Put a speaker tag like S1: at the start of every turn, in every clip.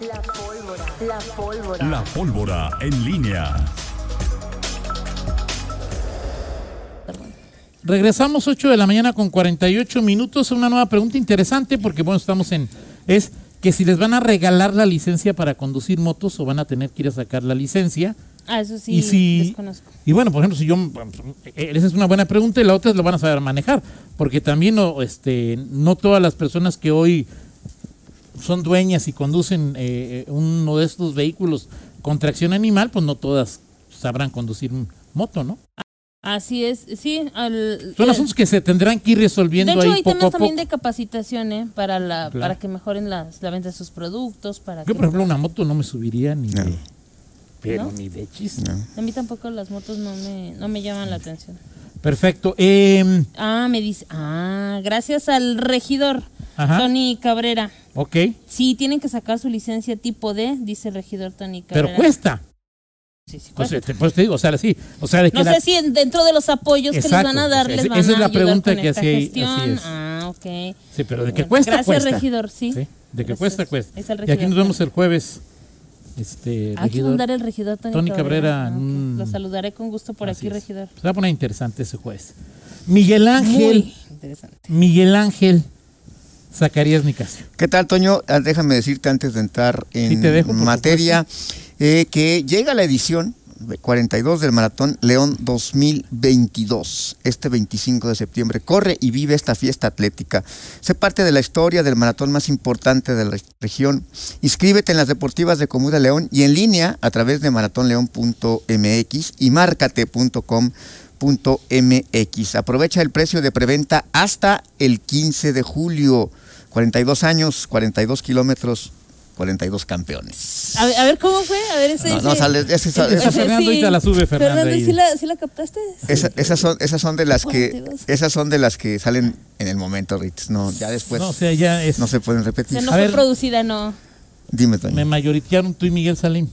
S1: La pólvora. La pólvora.
S2: La pólvora en línea.
S3: Regresamos 8 de la mañana con 48 minutos. Una nueva pregunta interesante porque, bueno, estamos en... Es que si les van a regalar la licencia para conducir motos o van a tener que ir a sacar la licencia.
S4: Ah, eso sí,
S3: y si,
S4: desconozco.
S3: Y bueno, por ejemplo, si yo... eh, Esa es una buena pregunta y la otra es lo van a saber manejar. Porque también no, este, no todas las personas que hoy son dueñas y conducen eh, uno de estos vehículos con tracción animal, pues no todas sabrán conducir moto, ¿no?
S4: Así es, sí. al-
S3: Son
S4: eh,
S3: asuntos que se tendrán que ir resolviendo
S4: de hecho,
S3: ahí
S4: hay
S3: poco
S4: temas
S3: a poco.
S4: también de capacitación, ¿eh? Para, la,
S3: Claro.
S4: para que mejoren las, la venta de sus productos. Para
S3: Yo,
S4: que-
S3: por ejemplo, una moto no me subiría ni
S5: No.
S3: de... Pero
S4: ¿No?
S3: ni de chiste.
S4: A mí tampoco las motos no me, no me llaman la atención.
S3: Perfecto. eh,
S4: Ah, me dice. Ah, gracias al regidor,
S3: Ajá.
S4: Tony Cabrera.
S3: ok,
S4: Sí, tienen que sacar su licencia tipo D, dice el regidor Tony Cabrera.
S3: pero cuesta.
S4: Sí, sí,
S3: Pues,
S4: cuesta.
S3: te, pues te digo, o sea, sí. O sea, de que
S4: No
S3: la-
S4: sé si en- dentro de los apoyos que les
S3: Exacto,
S4: van a dar
S3: o sea,
S4: les
S3: esa-
S4: van
S3: esa
S4: a
S3: es la
S4: ayudar
S3: pregunta
S4: con
S3: que
S4: esta
S3: hacía ahí,
S4: gestión.
S3: así es.
S4: Ah, ok.
S3: Sí, pero de que
S4: Bueno,
S3: cuesta,
S4: gracias,
S3: cuesta.
S4: regidor, sí.
S3: De que
S4: Gracias,
S3: cuesta, cuesta.
S4: es el
S3: Y aquí
S4: regidor. Ah,
S3: nos vemos el jueves. Este,
S4: Hay que
S3: regidor.
S4: mandar el regidor Tony,
S3: Tony Cabrera,
S4: Ah, ok.
S3: mm.
S4: Lo saludaré con gusto por
S3: Así
S4: aquí,
S3: es.
S4: regidor.
S3: Se va a poner interesante ese jueves. Miguel Ángel,
S4: Muy interesante.
S3: Miguel Ángel Zacarías Nicasio.
S5: ¿Qué tal, Toño? Ah, Déjame decirte antes de entrar en
S3: Sí, te dejo, por
S5: materia eh, que llega la edición 42 del Maratón León 2022. Este 25 de septiembre corre y vive esta fiesta atlética. Sé parte de la historia del maratón más importante de la región. Inscríbete en las deportivas de Común de León y en línea a través de maratonleón.mx y márcate.com. Punto MX. Aprovecha el precio de preventa hasta el 15 de julio. 42 años, 42 kilómetros, 42 campeones.
S4: A ver, a ver, cómo fue. A ver, ese.
S5: No, no,
S4: ese-
S5: sale- ese-
S4: ese-
S3: Esa
S4: ese-
S3: Fernando ahorita la sube, Fernanda,
S4: Fernando,
S3: ahí.
S4: ¿sí la, sí la captaste?
S5: Esa- esas, son, esas son de las que
S4: 42.
S5: esas son de las que salen en el momento, Ritz. No, ya después
S3: No,
S5: no,
S3: o sea, ya es.
S5: se pueden
S4: O sea,
S5: repetir.
S4: no
S3: A
S4: fue
S3: ver.
S4: producida, no.
S5: Dime,
S3: Me
S5: Toño.
S3: mayoritearon tú y Miguel Salim.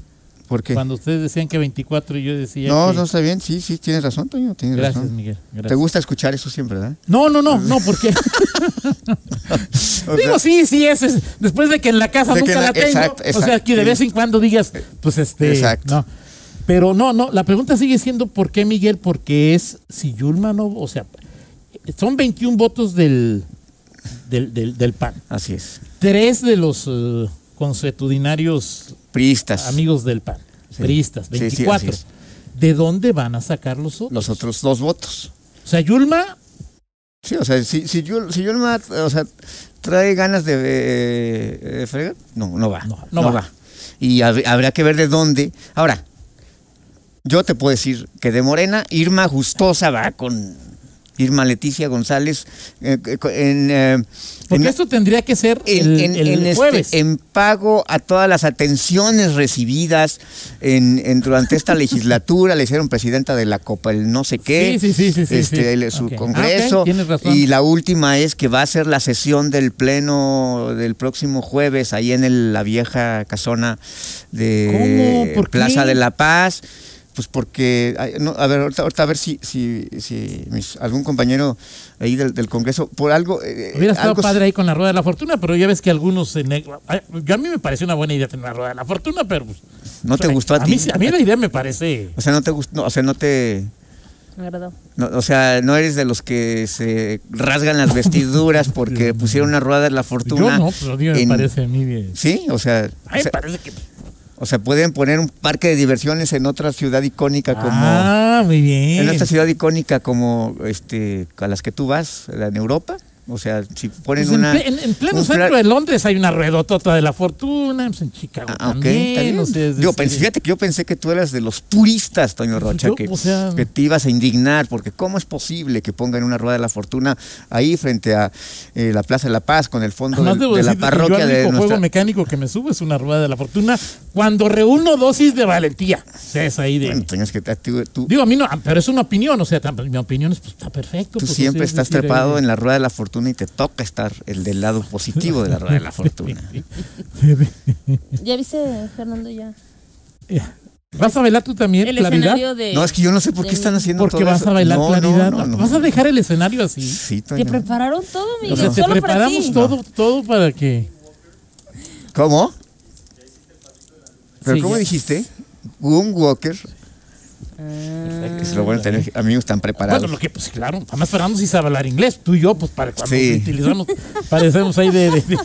S5: ¿Por qué?
S3: Cuando ustedes decían que 24 y yo decía
S5: No,
S3: que...
S5: no está bien. Sí, sí, tienes razón, Toño. Tienes
S3: Gracias,
S5: razón.
S3: Miguel. Gracias.
S5: Te gusta escuchar eso siempre, ¿verdad?
S3: No, no, no, no, porque.
S5: O
S3: Digo,
S5: sea,
S3: sí, sí, eso es. Después de que en la casa
S5: De que
S3: nunca
S5: en la-
S3: la tengo.
S5: exacto,
S3: o sea,
S5: exacto,
S3: que de
S5: sí. Eh,
S3: vez en cuando digas, pues este.
S5: Exacto.
S3: No. Pero no, no, la pregunta sigue siendo: ¿por qué Miguel? Porque es si Yulma no. O sea, son 21 votos del, del, del, del PAN.
S5: Así es.
S3: Tres de los eh, consuetudinarios
S5: Priistas.
S3: amigos del PAN,
S5: Sí.
S3: priistas,
S5: Sí, sí,
S3: 24.
S5: así
S3: ¿De dónde van a sacar los otros?
S5: Los otros dos votos.
S3: O sea, Yulma,
S5: Sí, o sea, si, si, Yul- si Yulma, o sea, trae ganas de, eh, eh, fregar, no, no va.
S3: No,
S5: No,
S3: no va.
S5: va. Y hab- habrá que ver de dónde. Ahora, yo te puedo decir que de Morena, Irma Justosa va con Irma Leticia González eh, eh, co- en, eh,
S3: porque
S5: en-
S3: esto tendría que ser
S5: en,
S3: el,
S5: en-
S3: el
S5: en este-
S3: jueves.
S5: en pago a todas las atenciones recibidas en, en- durante esta legislatura. Le hicieron presidenta de la Copa, el no sé qué.
S3: Sí, sí, sí, sí, sí,
S5: este,
S3: sí.
S5: el- su
S3: Ok. Ah, ok,
S5: congreso.
S3: tienes razón.
S5: Y la última es que va a ser la sesión del pleno del próximo jueves, ahí en el- la vieja casona de
S3: ¿Cómo? ¿Por qué?
S5: Plaza de la Paz. Pues porque, ay, no, a ver, ahorita, ahorita a ver si, si, si mis- algún compañero ahí del, del Congreso, por algo... eh,
S3: Hubiera estado
S5: algo-
S3: padre ahí con la rueda de la fortuna, pero ya ves que algunos se negan. Yo a mí me pareció una buena idea tener la rueda de la fortuna, pero. pues,
S5: ¿No te
S3: o sea,
S5: gustó a ti?
S3: Mí, sí, a mí la idea me parece.
S5: O sea, no te gust- no, o sea, no te
S4: Me agradó.
S5: no, o sea, no eres de los que se rasgan las vestiduras porque pusieron una rueda de la fortuna.
S3: yo no, pero digo,
S5: en-
S3: me parece a mí. de-
S5: Sí, o sea,
S3: Ay,
S5: o sea,
S3: me parece que.
S5: o sea, pueden poner un parque de diversiones en otra ciudad icónica como
S3: Ah, muy bien.
S5: en otra ciudad icónica como este a las que tú vas, en Europa. O sea, si ponen
S3: Pues en,
S5: una
S3: ple- en- en pleno
S5: un pla-
S3: centro de Londres hay una ruedotota de la fortuna, pues en Chicago
S5: Ah, ok,
S3: también.
S5: está bien.
S3: o sea, es
S5: Digo,
S3: decir,
S5: pensé- fíjate que yo pensé que tú eras de los puristas, Toño Rocha,
S3: yo,
S5: que,
S3: o sea-
S5: que te ibas a indignar, porque ¿cómo es posible que pongan una rueda de la fortuna ahí frente a eh, la Plaza de la Paz con el fondo
S3: Además,
S5: del-
S3: debo
S5: de la
S3: decirte que yo
S5: parroquia
S3: al
S5: de
S3: único
S5: nuestra...
S3: juego mecánico que me subo es una rueda de la fortuna cuando reúno dosis de valentía. O sea, es ahí de.
S5: Bueno, Toño, es que te- tú, tú-
S3: Digo, a mí no, ah, pero es una opinión, o sea, tam- mi opinión es, pues, está perfecto.
S5: tú
S3: pues,
S5: siempre
S3: o sea,
S5: estás
S3: es decir,
S5: trepado
S3: ahí-
S5: en la rueda de la fortuna y te toca estar el del lado positivo de la rueda de la fortuna.
S4: ¿Ya viste, Fernando, ya?
S3: ¿Vas a bailar tú también,
S4: El
S3: Claridad?
S4: escenario de...
S5: No, es que yo no sé por qué están haciendo
S3: Porque
S5: todo
S3: vas
S5: eso.
S3: a bailar
S5: No, no,
S3: Claridad.
S5: no, no.
S3: ¿Vas a dejar el escenario así?
S5: Sí,
S4: Te
S5: Toño.
S4: prepararon todo,
S3: O
S4: Miguel,
S3: sea, te
S4: solo para
S3: preparamos
S4: ti.
S3: todo, todo para que...
S5: ¿Cómo? Pero
S3: Sí,
S5: como
S3: ya.
S5: dijiste, un walker. Es lo bueno tener amigos tan preparados.
S3: Eh, Bueno, lo que, pues claro, además Fernando sí sabe hablar inglés, tú y yo, pues para cuando
S5: Sí.
S3: utilizamos, parecemos ahí de, de- de-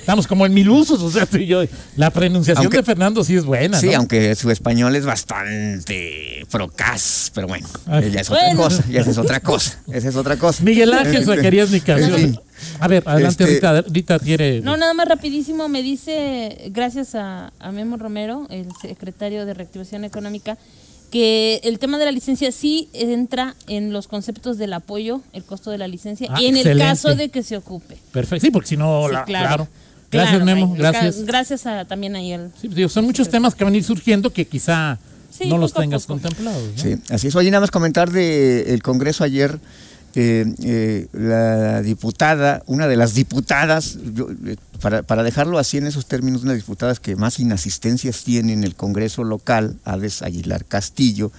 S3: Estamos como en mil usos, o sea, tú y yo. La pronunciación
S5: Aunque-
S3: de Fernando sí es buena,
S5: Sí,
S3: ¿no?
S5: aunque su español es bastante procas, pero bueno,
S3: Ay.
S5: eh, ya es otra
S4: Bueno.
S5: cosa, ya esa es otra cosa, esa es otra cosa.
S3: Miguel Ángel
S5: En fin.
S3: Zacarías Nicasio.
S5: En fin.
S3: A ver, adelante,
S5: Este-
S3: Rita, Rita tiene...
S4: No, nada más rapidísimo, me dice, gracias a, a Memo Romero, el secretario de Reactivación Económica, que el tema de la licencia sí entra en los conceptos del apoyo, el costo de la licencia,
S3: Ah,
S4: en el
S3: excelente.
S4: caso de que se ocupe.
S3: Perfecto, sí, porque si no,
S4: Sí,
S3: la- claro. Gracias,
S4: Claro,
S3: Memo,
S4: Mike. Ca-
S3: gracias.
S4: Gracias a, también a él.
S3: Sí, digo, son muchos temas que van a ir surgiendo que quizá
S4: Sí,
S3: no los
S4: poco a
S3: tengas
S4: poco.
S3: contemplados. ¿no?
S5: Sí, así es. Oye, nada más comentar del Congreso ayer, eh, eh, la diputada, una de las diputadas, yo, eh, para, para dejarlo así en esos términos, una de las diputadas que más inasistencias tiene en el Congreso local, Aves Aguilar Castillo,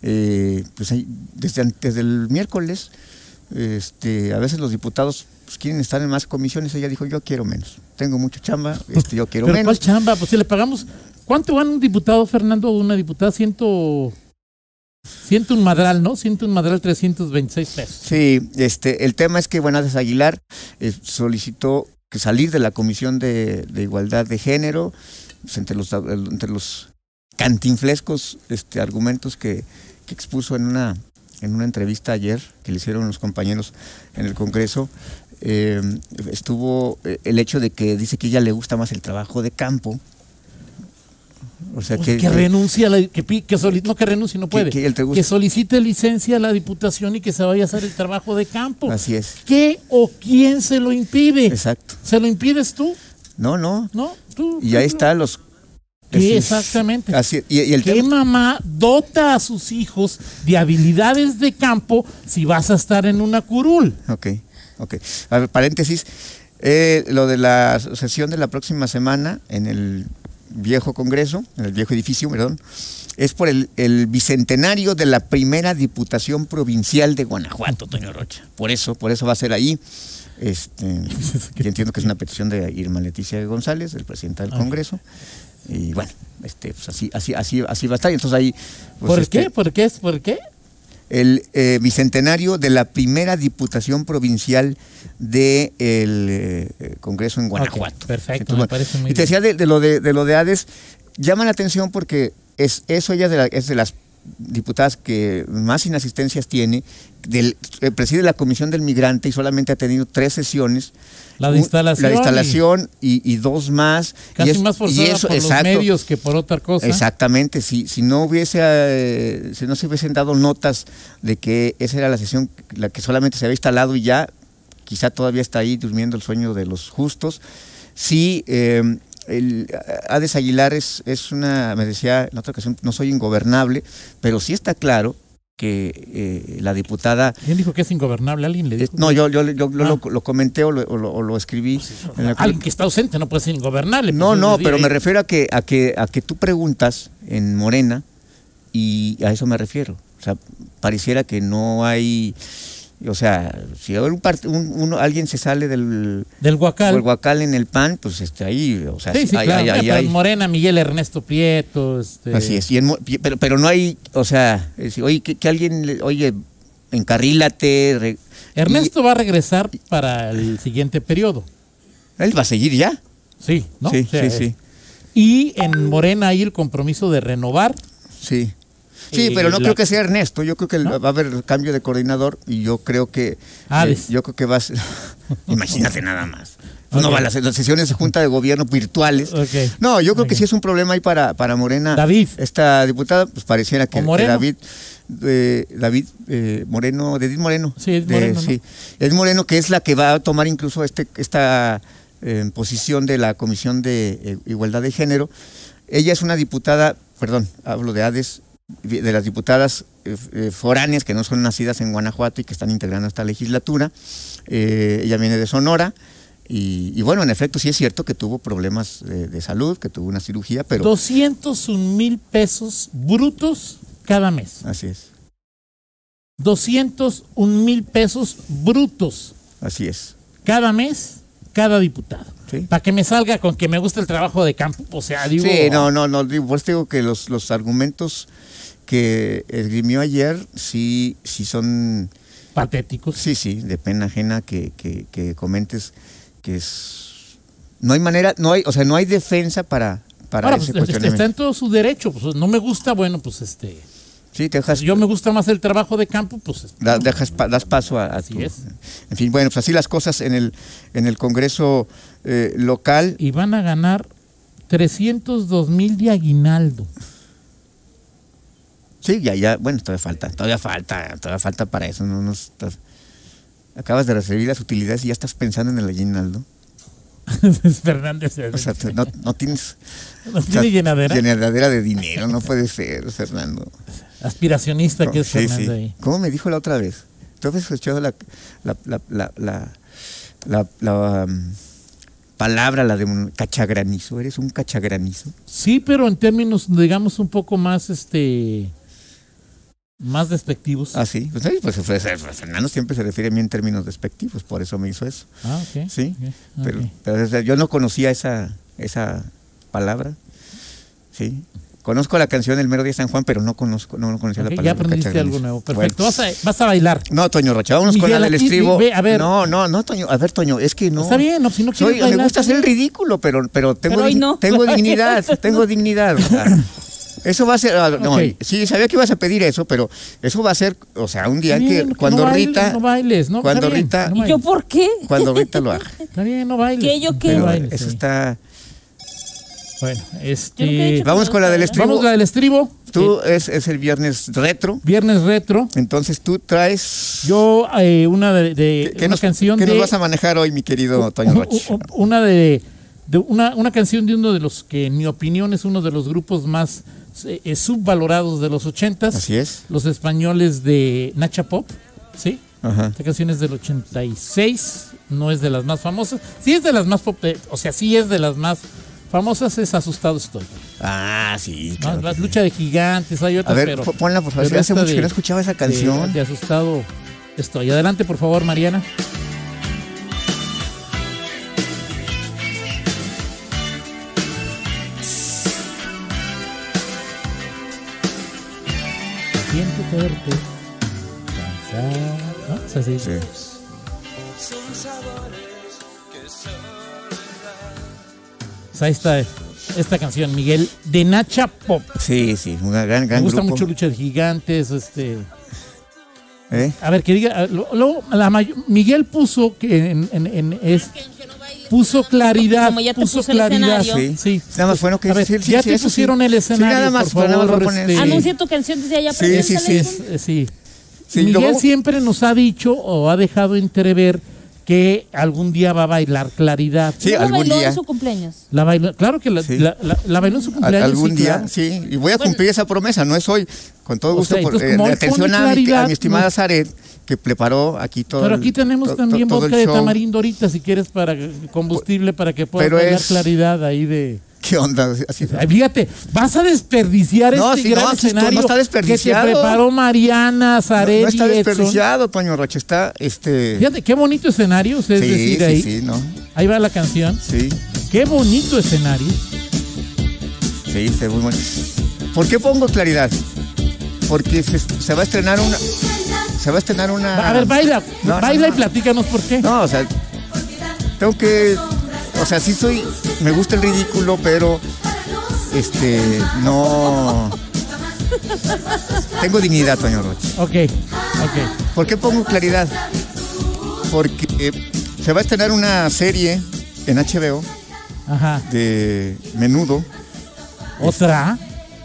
S5: eh, pues ahí, desde, an- desde el miércoles, este, a veces los diputados pues, quieren estar en más comisiones, ella dijo, yo quiero menos, tengo mucho chamba, este, yo quiero
S3: Pero ¿cuál
S5: menos.
S3: chamba? Pues si le pagamos... ¿Cuánto van un diputado, Fernando, o una diputada? Ciento... Ciento un madral, ¿no? Ciento un madral 326 pesos.
S5: Sí, este, el tema es que Buenas Aguilar eh, solicitó que salir de la Comisión de, de Igualdad de Género, pues, entre, los, entre los cantinflescos este, argumentos que, que expuso en una, en una entrevista ayer que le hicieron los compañeros en el Congreso, eh, estuvo eh, el hecho de que dice que ella le gusta más el trabajo de campo. O sea
S3: Pues
S5: que,
S3: que renuncia, la- que, pi- que soli- no que renuncie, no
S5: que-
S3: puede.
S5: que él te gusta.
S3: Que solicite licencia a la diputación y que se vaya a hacer el trabajo de campo.
S5: Así es,
S3: ¿Qué o quién se lo impide?
S5: exacto.
S3: ¿Se lo impides tú?
S5: No, no.
S3: ¿No? Tú,
S5: Y
S3: tú,
S5: ahí
S3: tú.
S5: está los...
S3: Sí, exactamente.
S5: Así, y, y el
S3: ¿Qué
S5: tema-
S3: mamá dota a sus hijos de habilidades de campo si vas a estar en una curul?
S5: Ok, ok. A ver, paréntesis. Eh, lo de la sesión de la próxima semana en el viejo Congreso, en el viejo edificio, perdón, es por el, el bicentenario de la primera Diputación Provincial de Guanajuato, Toño Rocha. Por eso, por eso va a ser ahí. Este, yo entiendo que es una petición de Irma Leticia González, el presidente del
S3: Ah.
S5: Congreso. Y bueno, este, pues así, así, así, así va a estar. Y entonces ahí. pues,
S3: ¿Por
S5: este,
S3: qué? ¿Por qué? es- ¿Por qué?
S5: el eh, bicentenario de la primera diputación provincial del eh, Congreso en Guanajuato.
S3: Ok, perfecto,
S5: Entonces,
S3: me
S5: bueno,
S3: parece muy
S5: Y te decía de, de lo de, de lo de Hades, llama la atención porque es eso ella es de, la- es de las diputadas que más inasistencias tiene, del, eh, preside la Comisión del Migrante y solamente ha tenido tres sesiones.
S3: La
S5: Un-
S3: de instalación.
S5: La de
S3: y
S5: instalación y, y dos más.
S3: Casi
S5: y es-
S3: más
S5: y
S3: forzada
S5: eso,
S3: por
S5: exacto.
S3: los medios que por otra cosa.
S5: Exactamente, si, si no hubiese eh, si no se hubiesen dado notas de que esa era la sesión la que solamente se había instalado y ya quizá todavía está ahí durmiendo el sueño de los justos. Sí, eh, el Hades Aguilar es, es una, me decía en otra ocasión, no soy ingobernable, pero sí está claro que eh, la diputada
S3: ¿Quién dijo que es ingobernable? ¿Alguien le
S5: eh,
S3: dijo?
S5: no, yo, yo, yo lo-
S3: Ah. Pues
S5: lo, comenté o lo, o lo- o lo escribí en la
S3: Alguien que está ausente no puede ser ingobernable.
S5: no,
S3: pues, es
S5: no,
S3: decir,
S5: pero me
S3: eh,
S5: refiero a que, a que a que tú preguntas en Morena y a eso me refiero. O sea, pareciera que no hay, o sea, si algún part- un- uno- alguien se sale del
S3: Del Huacal.
S5: del guacal en el pan, pues está ahí, o sea,
S3: Sí, sí,
S5: ahí-
S3: claro.
S5: ahí-
S3: Mira,
S5: ahí-
S3: pero
S5: ahí.
S3: Morena, Miguel Ernesto Prieto. Este,
S5: Así es. y en Mo- y- pero, pero no hay, o sea, es decir, oye, que, que alguien, le- oye, encarrílate, re-
S3: Ernesto va a regresar para el siguiente periodo.
S5: él va a seguir ya.
S3: Sí, ¿no?
S5: Sí,
S3: O sea,
S5: sí,
S3: eh,
S5: sí.
S3: Y en Morena hay el compromiso de renovar.
S5: Sí. Sí,
S3: Y
S5: pero no
S3: la-
S5: creo que sea Ernesto. Yo creo que el-
S3: ¿No?
S5: va a haber cambio de coordinador y yo creo que. eh,
S3: Hades.
S5: yo creo que va a ser- Imagínate nada más. No
S3: Ok.
S5: va a las, las sesiones de junta de gobierno virtuales.
S3: Ok.
S5: No, yo creo que
S3: Ok.
S5: sí es un problema ahí para, para Morena.
S3: David.
S5: Esta diputada, pues pareciera que,
S3: O
S5: que
S3: Moreno.
S5: David. eh, David eh, Moreno, de Edith Moreno.
S3: Sí, Edith
S5: De-
S3: Moreno, ¿no?
S5: sí. Edith Moreno, que es la que va a tomar incluso este, esta eh, posición de la Comisión de eh, Igualdad de Género. Ella es una diputada, perdón, hablo de Hades, de las diputadas eh, eh, foráneas que no son nacidas en Guanajuato y que están integrando esta legislatura. Eh, ella viene de Sonora. Y, y bueno, en efecto, sí es cierto que tuvo problemas eh, de salud, que tuvo una cirugía, pero.
S3: 201 mil pesos brutos cada mes.
S5: Así es,
S3: 201 mil pesos brutos
S5: así es.
S3: cada mes, cada diputado.
S5: Sí.
S3: Para que me salga con que me gusta el trabajo de campo. O sea, digo.
S5: sí, no, no, no. Digo, pues digo que los, los argumentos que esgrimió ayer sí, sí son.
S3: Patéticos.
S5: Sí, sí, de pena ajena que, que, que comentes que es. No hay manera, no hay, o sea, no hay defensa para, para
S3: Ahora,
S5: ese
S3: pues, este,
S5: cuestionamiento.
S3: está en todo su derecho. Pues no me gusta, bueno, pues este.
S5: Sí, te dejas,
S3: Si yo me gusta más el trabajo de campo, pues.
S5: da- dejas pa- das paso a, a
S3: Así
S5: tu-
S3: es.
S5: En fin, bueno, pues así las cosas en el, en el Congreso eh, local.
S3: Y van a ganar 302 mil de aguinaldo.
S5: Sí, ya, ya, bueno, todavía falta, todavía falta, todavía falta para eso. No, no estás- acabas de recibir las utilidades y ya estás pensando en el aguinaldo.
S3: Fernández.
S5: O sea, te- no, no tienes
S3: ¿No
S5: o sea,
S3: tiene llenadera.
S5: llenadera de dinero, no puede ser, Fernando.
S3: Aspiracionista que es
S5: Sí,
S3: Fernández
S5: sí.
S3: ahí.
S5: ¿Cómo me dijo la otra vez? ¿Tú habías escuchado la, la, la, la, la, la- la, um, palabra, la de un cachagranizo? ¿Eres un cachagranizo?
S3: Sí, pero en términos, digamos, un poco más, este, más despectivos.
S5: Ah, sí. Pues, ay, pues, pues, Fernando siempre se refiere a mí en términos despectivos, por eso me hizo eso.
S3: Ah, ok.
S5: Sí,
S3: ok,
S5: Pero,
S3: ok.
S5: pero, o sea, yo no conocía esa, esa palabra. Sí. Conozco la canción El Mero Día de San Juan, pero no conozco, no conocía
S3: Ok, ya
S5: la palabra.
S3: aprendiste
S5: cachagranizo.
S3: algo nuevo.
S5: Bueno.
S3: Perfecto. Vas, a, vas a bailar.
S5: No, Toño Rocha, vámonos con la
S3: Miguel,
S5: del
S3: aquí,
S5: estribo.
S3: ve, a ver.
S5: No, no, no, Toño. A ver, Toño, es que no.
S3: Está bien, no, si no
S5: Soy-
S3: quieres bailar,
S5: me gusta
S3: está
S5: hacer el ridículo, pero, pero tengo,
S4: Pero hoy
S5: digni-
S4: no.
S5: tengo dignidad, tengo dignidad. o sea, Eso va a ser, ah, no,
S3: Ok.
S5: sí, sabía que ibas a pedir eso, pero eso va a ser, o sea, un día
S3: Bien,
S5: que
S3: no
S5: cuando
S3: bailes,
S5: Rita,
S3: no bailes, no,
S5: cuando
S3: está bien,
S5: Rita-
S3: no
S4: ¿Y yo
S3: bailes.
S4: por qué?
S5: cuando Rita lo haga.
S3: Está bien, no bailes.
S4: ¿Qué, yo qué?
S3: No
S5: Pero
S3: bailes,
S5: eso
S3: sí.
S5: está.
S3: Bueno,
S4: Yo nunca he
S3: este...
S4: dicho que
S5: Vamos
S4: me
S5: con la
S4: gusta
S5: del
S4: bailar.
S5: estribo.
S3: Vamos la del estribo. Eh,
S5: Tú es, es el viernes retro,
S3: Viernes retro.
S5: entonces tú traes.
S3: Yo, eh, una de, de-
S5: ¿Qué,
S3: una
S5: nos,
S3: canción
S5: qué
S3: de...
S5: nos vas a manejar hoy, mi querido Toño
S3: u-
S5: Rocha?
S3: u- Una de, de una, una canción de uno de los que, en mi opinión, es uno de los grupos más eh, eh, subvalorados de los ochentas.
S5: Así es.
S3: Los españoles de Nacha Pop, ¿sí?
S5: Ajá.
S3: Esta canción es del 86, no es de las más famosas. Sí es de las más pop, de- o sea, sí es de las más famosas, es Asustado Estoy.
S5: Ah, sí.
S3: ¿no?
S5: claro
S3: La
S5: que sí.
S3: Lucha de Gigantes, hay otras,
S5: A ver,
S3: pero...
S5: po- ponla, por favor,
S3: pero
S5: hace
S3: esta
S5: mucho que no escuchaba esa
S3: de-
S5: canción.
S3: de Asustado Estoy. Adelante, por favor, Mariana. Siento verte cansado. ¿No? O sea, sí.
S5: Sí.
S3: O sea, Pues ahí está esta canción, Miguel, de Nacha Pop.
S5: Sí, sí, un gran, gran
S3: Me gusta
S5: grupo.
S3: mucho Lucha de Gigantes, este...
S5: ¿Eh?
S3: A ver, que diga... a- lo- lo- la may- Miguel puso que en, en- en- es... Puso claridad,
S4: Como ya te
S3: puso
S4: puso el
S3: claridad.
S4: escenario.
S3: Sí.
S5: Nada más bueno que
S3: A ver,
S5: sí, sí,
S3: ya
S5: sí,
S3: te
S5: eso sí.
S3: pusieron el
S5: Sí,
S3: escenario,
S5: nada más,
S3: por
S5: nada más
S3: favor,
S5: voy a poner-
S3: este-
S4: Anuncia tu canción desde allá.
S5: Sí,
S4: preséntala
S5: sí,
S4: en
S5: sí.
S3: Eh, Sí.
S5: Sí,
S3: Miguel
S5: lo vamos-
S3: siempre nos ha dicho o ha dejado entrever que algún día va a bailar claridad.
S5: Sí,
S4: ¿Cómo
S5: algún
S4: bailó
S5: día.
S4: en su cumpleaños?
S3: La bailó, claro que la,
S5: Sí.
S3: la- la- la bailó en su
S5: Al-
S3: cumpleaños.
S5: algún
S3: sí,
S5: día,
S3: claro.
S5: sí. Y voy a cumplir esa promesa, no es hoy. Con todo
S3: O
S5: gusto,
S3: sea,
S5: por,
S3: entonces,
S5: eh,
S3: como él
S5: atención
S3: pone
S5: a, mi- a
S3: claridad,
S5: mi estimada
S3: no-
S5: Zaret, que preparó aquí todo.
S3: Pero
S5: el-
S3: aquí tenemos
S5: to- to-
S3: también
S5: todo el
S3: vodka de
S5: show.
S3: tamarindo ahorita, si quieres, para combustible, para que puedas
S5: pero
S3: bailar
S5: es-
S3: claridad ahí de...
S5: ¿Qué onda? Así-
S3: Ay, fíjate, vas a desperdiciar
S5: No,
S3: este
S5: sí, no,
S3: gran
S5: sí, esto no
S3: escenario
S5: está desperdiciado.
S3: que te preparó Mariana,
S5: no,
S3: Zaret
S5: no está
S3: y Edson.
S5: desperdiciado, Toño Rocha. Está este.
S3: Fíjate, qué bonito escenario, o sea, es
S5: sí,
S3: decir,
S5: sí,
S3: ahí,
S5: sí, no.
S3: ahí va la canción.
S5: Sí,
S3: Qué bonito escenario.
S5: sí, está muy bueno. ¿Por qué pongo claridad? Porque se, se va a estrenar una. Se va a estrenar una.
S3: A ver, baila,
S5: Ah. No, no,
S3: baila
S5: no.
S3: y platícanos por qué.
S5: No, o sea, tengo que, o sea, sí soy, me gusta el ridículo, pero, este, no. Tengo dignidad, Toño Rocha.
S3: Ok, ok.
S5: ¿Por qué pongo claridad? Porque eh, se va a estrenar una serie en HBO
S3: Ajá.
S5: de Menudo.
S3: Otra.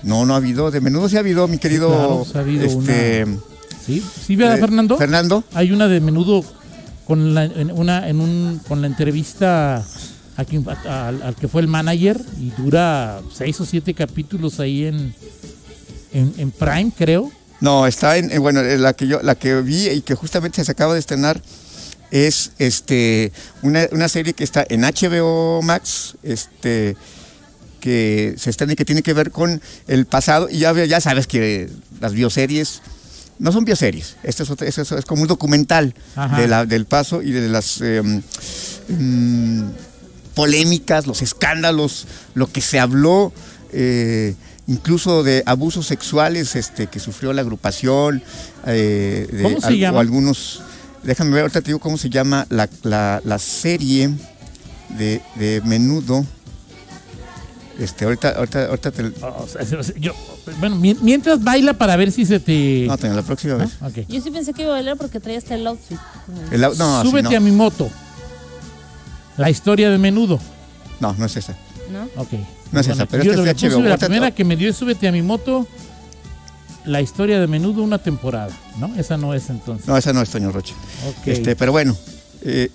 S5: No, no ha habido, de Menudo sí ha habido, mi querido,
S3: claro, sí ha habido
S5: este,
S3: ¿Sí? ¿Sí, verdad,
S5: eh,
S3: Fernando?
S5: Fernando.
S3: Hay una de menudo con la, en una, en un, con la entrevista a quien- a- al, al que fue el manager y dura seis o siete capítulos ahí en, en, en Prime, creo.
S5: No, está en, eh, bueno, eh, la que yo, la que vi y que justamente se acaba de estrenar es este una, una serie que está en HBO Max, este que se estrena y que tiene que ver con el pasado y ya, ve- ya sabes que las bioseries no son bioseries, esto es, otra- esto es, es como un documental
S3: Ajá.
S5: em, de la- del paso y de las eh, mm, polémicas, los escándalos, lo que se habló, eh, incluso de abusos sexuales este, que sufrió la agrupación, eh, de
S3: ¿Cómo se
S5: al-
S3: llama?
S5: o algunos... Déjame ver, ahorita te digo cómo se llama la, la- la serie de, de menudo. Este, ahorita, ahorita, ahorita te...
S3: Ah, O sea, se- se- yo- bueno, mi- mientras baila para ver si se te.
S5: No, Toño, la próxima vez.
S3: Ok.
S4: Yo sí pensé que iba a bailar porque traía hasta el outfit.
S5: El au- no, así
S3: Súbete
S5: no.
S3: a mi moto. La historia de menudo.
S5: No, no es esa.
S4: ¿No?
S3: Ok.
S5: No es esa, pero
S3: yo
S5: esta
S3: lo
S5: es
S3: que
S5: de
S3: puse,
S5: HBO.
S3: La
S5: Otra-
S3: primera que me dio es súbete a mi moto. La historia de menudo una temporada, ¿no? Esa no es entonces.
S5: No, esa no es Toño Rocha.
S3: Ok.
S5: Este, pero bueno, eh,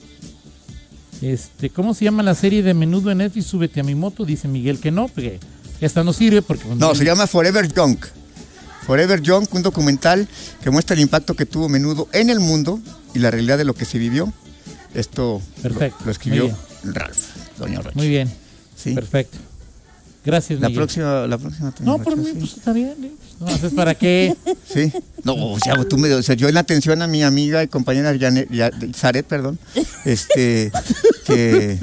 S3: Este, ¿cómo se llama la serie de menudo en Netflix? Súbete a mi moto, dice Miguel que no, porque esta no sirve porque
S5: no, se llama Forever Junk. Forever Junk, un documental que muestra el impacto que tuvo menudo en el mundo y la realidad de lo que se vivió. Esto lo-
S3: Perfecto,
S5: Lo, escribió
S3: muy
S5: Ralph, Toño Rocha.
S3: Muy bien.
S5: Sí.
S3: Perfecto. Gracias,
S5: La
S3: Miguel.
S5: próxima, la próxima Toño
S3: No, por
S5: Rocha,
S3: mí,
S5: sí.
S3: pues está bien. ¿eh? No haces para qué.
S5: Sí. No, o sea, tú me, o sea, yo en atención a mi amiga y compañera Yane- Ya- Zaret, perdón, este, que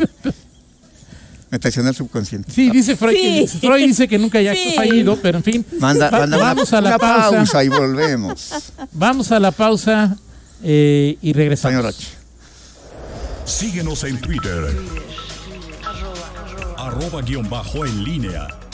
S5: me traiciona el subconsciente.
S3: Sí, dice Freud, que,
S4: Sí.
S3: Freud dice que nunca hay acto
S4: Sí.
S3: fallido, pero en fin.
S5: Manda,
S3: Va-
S5: manda una-
S3: vamos a la
S5: una
S3: pausa.
S5: pausa y volvemos.
S3: Vamos a la pausa eh, y regresamos.
S5: Toño Rocha.
S2: Síguenos en Twitter. Arroba guión bajo en línea.